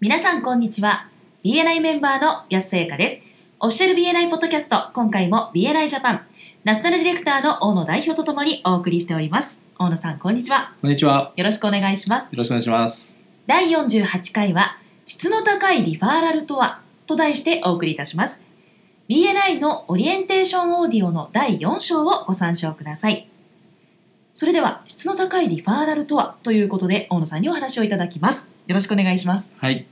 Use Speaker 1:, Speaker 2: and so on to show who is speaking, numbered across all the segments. Speaker 1: 皆さんこんにちは BNI メンバーの安瀬香ですオフィシャル BNI ポッドキャスト今回も BNI ジャパンナショナルディレクターの大野代表とともにお送りしております大野さんこんにちは
Speaker 2: こんにちは。
Speaker 1: よろしくお願いします
Speaker 2: よろしくお願いします。
Speaker 1: 第48回は「質の高いリファーラルとは?」と題してお送りいたします BNI のオリエンテーションオーディオの第4章をご参照くださいそれでは質の高いリファーラルとはということで大野さんにお話をいただきますよろしくお願いします
Speaker 2: はい。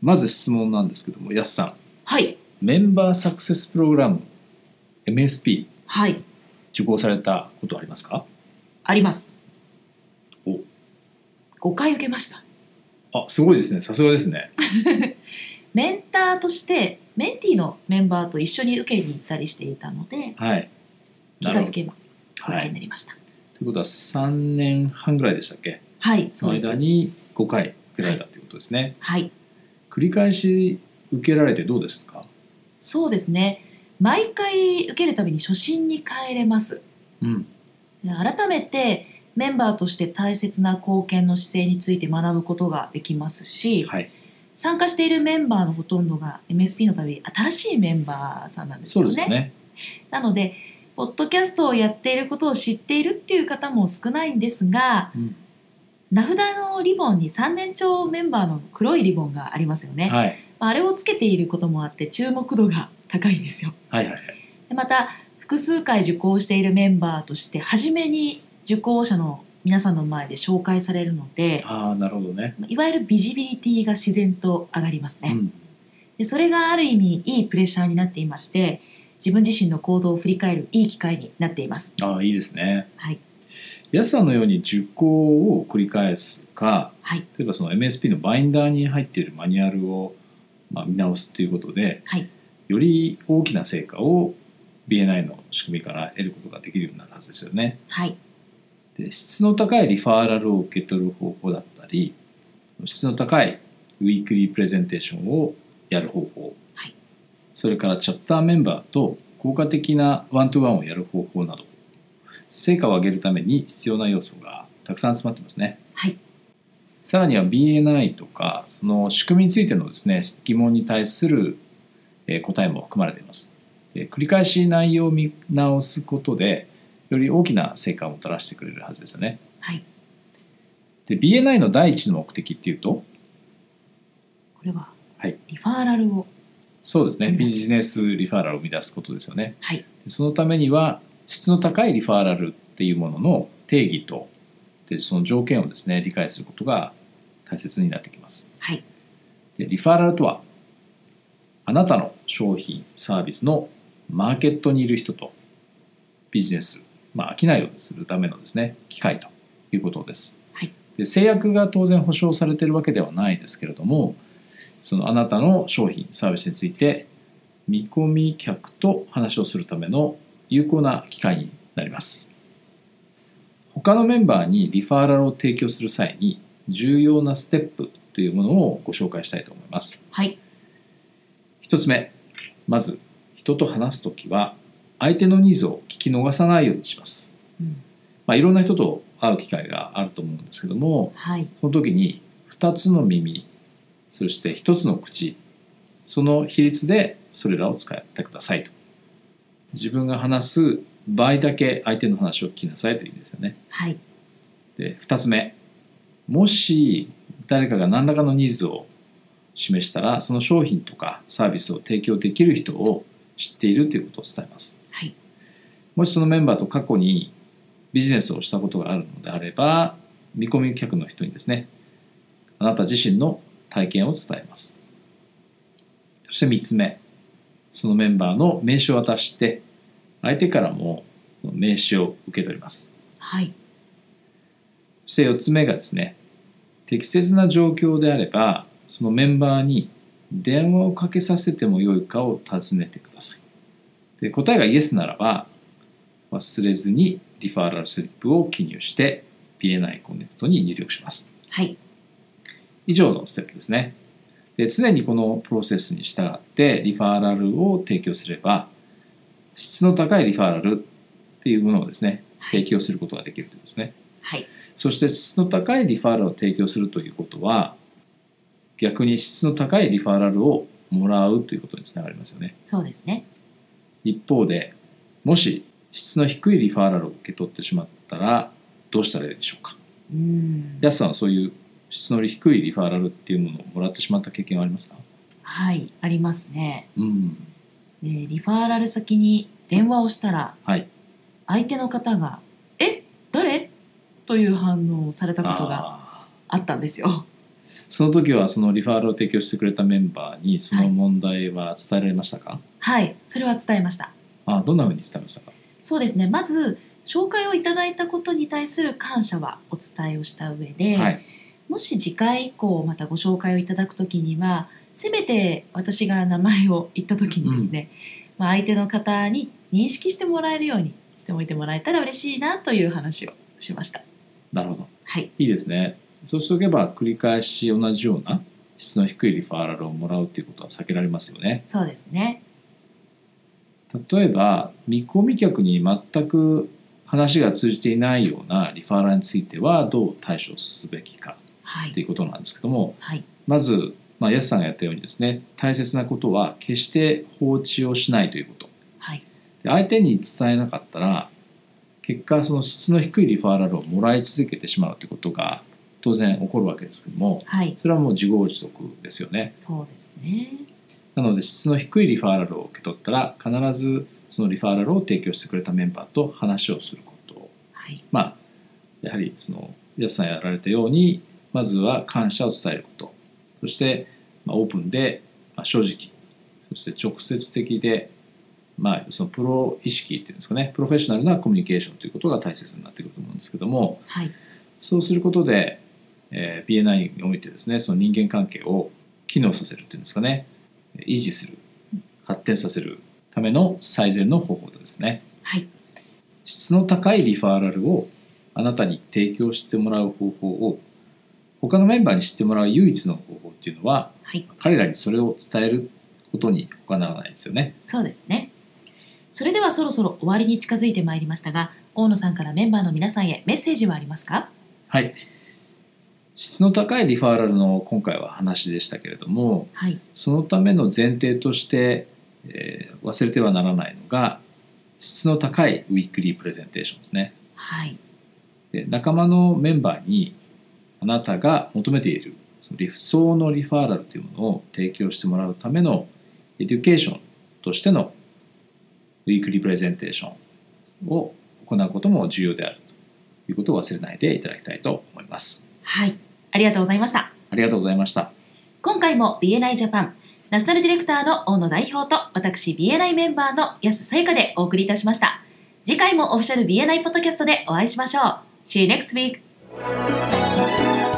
Speaker 2: まず質問なんですけども、やすさん、
Speaker 1: はい
Speaker 2: メンバーサクセスプログラム MSP
Speaker 1: はい
Speaker 2: 受講されたことありますか？
Speaker 1: あります
Speaker 2: お
Speaker 1: 5回受けました
Speaker 2: あ、すごいですね。さすがですね。
Speaker 1: メンターとしてメンティーのメンバーと一緒に受けに行ったりしていたので
Speaker 2: はい。
Speaker 1: 気
Speaker 2: な
Speaker 1: が
Speaker 2: る
Speaker 1: つ
Speaker 2: ほど。
Speaker 1: けば5
Speaker 2: は
Speaker 1: 回に
Speaker 2: い。
Speaker 1: なりました
Speaker 2: ということは三年半ぐらいでしたっけ？
Speaker 1: はい、
Speaker 2: そ
Speaker 1: そ
Speaker 2: の
Speaker 1: うです
Speaker 2: 間に五回受けられたということですね。
Speaker 1: はい
Speaker 2: 繰り返し受けられてどうですか？
Speaker 1: そうですね毎回受けるたびに初心に帰れます
Speaker 2: うん。
Speaker 1: 改めてメンバーとして大切な貢献の姿勢について学ぶことができますし
Speaker 2: はい。
Speaker 1: 参加しているメンバーのほとんどが MSP のたび新しいメンバーさんなんです
Speaker 2: そう
Speaker 1: よ
Speaker 2: で
Speaker 1: ね
Speaker 2: すよね。
Speaker 1: なのでポッドキャストをやっていることを知っているっていう方も少ないんですが
Speaker 2: うん
Speaker 1: 名札のリボンに3年長メンバーの黒いリボンがありますよね、
Speaker 2: はい。
Speaker 1: まああれをつけていることもあって注目度が高いんですよ
Speaker 2: はいはいはい。
Speaker 1: でまた複数回受講しているメンバーとして初めに受講者の皆さんの前で紹介されるので
Speaker 2: ああ、なるほどね。
Speaker 1: いわゆるビジビリティが自然と上がります
Speaker 2: う
Speaker 1: ね、
Speaker 2: ん。
Speaker 1: でそれがある意味いいプレッシャーになっていまして自分自身の行動を振り返るいい機会になっています
Speaker 2: ああ、いいですね。
Speaker 1: はい
Speaker 2: 安さんのように受講を繰り返すか
Speaker 1: はい
Speaker 2: 例えばその MSP のバインダーに入っているマニュアルをまあ見直すということで、
Speaker 1: はい
Speaker 2: より大きな成果を BNI の仕組みから得ることができるようになるはずですよね。
Speaker 1: はい
Speaker 2: で質の高いリファーラルを受け取る方法だったり質の高いウィークリープレゼンテーションをやる方法、
Speaker 1: はい
Speaker 2: それからチャプターメンバーと効果的なワントゥワンをやる方法など成果を上げるために必要な要素がたくさん詰まってますね。
Speaker 1: はい
Speaker 2: さらには BNI とかその仕組みについてのですね疑問に対するえー答えも含まれています。で繰り返し内容を見直すことでより大きな成果をもたらしてくれるはずですよね。
Speaker 1: はい
Speaker 2: で BNI の第一の目的っていうと
Speaker 1: これは
Speaker 2: はい
Speaker 1: リファーラルを
Speaker 2: そうですね
Speaker 1: 生み
Speaker 2: ビ
Speaker 1: 出す
Speaker 2: ジネスリファーラルを生み出すことですよね。
Speaker 1: はい
Speaker 2: でそのためには質の高いリファーラルっていうものの定義とでその条件をですね理解することが大切になってきます。
Speaker 1: はい
Speaker 2: でリファーラルとはあなたの商品サービスのマーケットにいる人とビジネス、まあ、商いをするためのですね機会ということです、
Speaker 1: はい
Speaker 2: で制約が当然保証されているわけではないですけれどもそのあなたの商品サービスについて見込み客と話をするための有効な機会になります他のメンバーにリファーラルを提供する際に重要なステップというものをご紹介したいと思います
Speaker 1: はい
Speaker 2: 一つ目まず人と話すときは相手のニーズを聞き逃さないようにします、
Speaker 1: うん
Speaker 2: まあ、いろんな人と会う機会があると思うんですけども
Speaker 1: はい
Speaker 2: その時に2つの耳そして1つの口その比率でそれらを使ってくださいと自分が話す倍だけ相手の話を聞きなさいという意味ですよね
Speaker 1: はい
Speaker 2: で2つ目もし誰かが何らかのニーズを示したらその商品とかサービスを提供できる人を知っているということを伝えます
Speaker 1: はい
Speaker 2: もしそのメンバーと過去にビジネスをしたことがあるのであれば見込み客の人にですねあなた自身の体験を伝えますそして3つ目そのメンバーの名刺を渡して相手からも名刺を受け取ります
Speaker 1: はい
Speaker 2: そして4つ目がですね適切な状況であればそのメンバーに電話をかけさせてもよいかを尋ねてくださいで答えがイエスならば忘れずにリファーラルスリップを記入して BNI コネクトに入力します
Speaker 1: はい
Speaker 2: 以上のステップですねで常にこのプロセスに従ってリファーラルを提供すれば質の高いリファーラルっていうものをですね提供することができるということですね
Speaker 1: はい
Speaker 2: そして質の高いリファーラルを提供するということは逆に質の高いリファラルをもらうということにつながりますよね
Speaker 1: そうですね。
Speaker 2: 一方でもし質の低いリファラルを受け取ってしまったらどうしたらいいでしょうか
Speaker 1: うん。
Speaker 2: 安さんはそういう質の低いリファラルっていうものをもらってしまった経験はありますか
Speaker 1: はい、ありますね。
Speaker 2: うん
Speaker 1: で、リファーラル先に電話をしたら、
Speaker 2: はい
Speaker 1: 相手の方が「え誰?」という反応をされたことが
Speaker 2: あ
Speaker 1: あ
Speaker 2: ー
Speaker 1: ったんですよ。
Speaker 2: その時はそのリファールを提供してくれたメンバーにその問題は伝えられましたか、
Speaker 1: はい、それは伝えました。
Speaker 2: あどんな風に伝えましたか
Speaker 1: そうですね。まず紹介をいただいたことに対する感謝はお伝えをした上で、
Speaker 2: はい、
Speaker 1: もし次回以降またご紹介をいただくときにはせめて私が名前を言ったときにですね、まあ、相手の方に認識してもらえるようにしておいてもらえたら嬉しいなという話をしました。
Speaker 2: なるほど
Speaker 1: はい、
Speaker 2: いいですねそうしておけば繰り返し同じような質の低いリファーラルをもらうっていうことは避けられますよね
Speaker 1: そうですね。
Speaker 2: 例えば見込み客に全く話が通じていないようなリファーラルについてはどう対処すべきか
Speaker 1: は
Speaker 2: って
Speaker 1: い、
Speaker 2: いうことなんですけども
Speaker 1: はい、
Speaker 2: まず、まあ、安さんがやったようにですね大切なことは決して放置をしないということ
Speaker 1: はい、
Speaker 2: で相手に伝えなかったら結果その質の低いリファーラルをもらい続けてしまうということが当然起こるわけですけども
Speaker 1: はい、
Speaker 2: それはもう自業自得ですよね
Speaker 1: そうですね。
Speaker 2: なので質の低いリファーラルを受け取ったら必ずそのリファーラルを提供してくれたメンバーと話をすること
Speaker 1: はい、
Speaker 2: まあやはりその皆さんやられたようにまずは感謝を伝えることそしてまあオープンでまあ正直そして直接的でまあそのプロ意識っていうんですかねプロフェッショナルなコミュニケーションということが大切になってくると思うんですけども
Speaker 1: はい、
Speaker 2: そうすることで、えー BNI においてですねその人間関係を機能させるっていうんですかね維持する発展させるための最善の方法ですね。
Speaker 1: はい、
Speaker 2: 質の高いリファーラルをあなたに提供してもらう方法を他のメンバーに知ってもらう唯一の方法っていうのは
Speaker 1: はい、
Speaker 2: 彼らにそれを伝えることに他ならないですよね。
Speaker 1: そうですね。それではそろそろ終わりに近づいてまいりましたが、大野さんからメンバーの皆さんへメッセージはありますか？
Speaker 2: はい質の高いリファーラルの今回は話でしたけれども
Speaker 1: はい、
Speaker 2: そのための前提として、えー忘れてはならないのが質の高いウィークリープレゼンテーションですね。
Speaker 1: はい、
Speaker 2: で仲間のメンバーにあなたが求めているその理想のリファーラルというものを提供してもらうためのエデュケーションとしてのウィークリープレゼンテーションを行うことも重要であるということを忘れないでいただきたいと思います。
Speaker 1: はい、ありがとうございました。
Speaker 2: ありがとうございました。
Speaker 1: 今回も BNI ジャパンナショナルディレクターの大野代表と私 BNI メンバーの安さゆかでお送りいたしました次回もオフィシャル BNI ポッドキャストでお会いしましょう See you next week!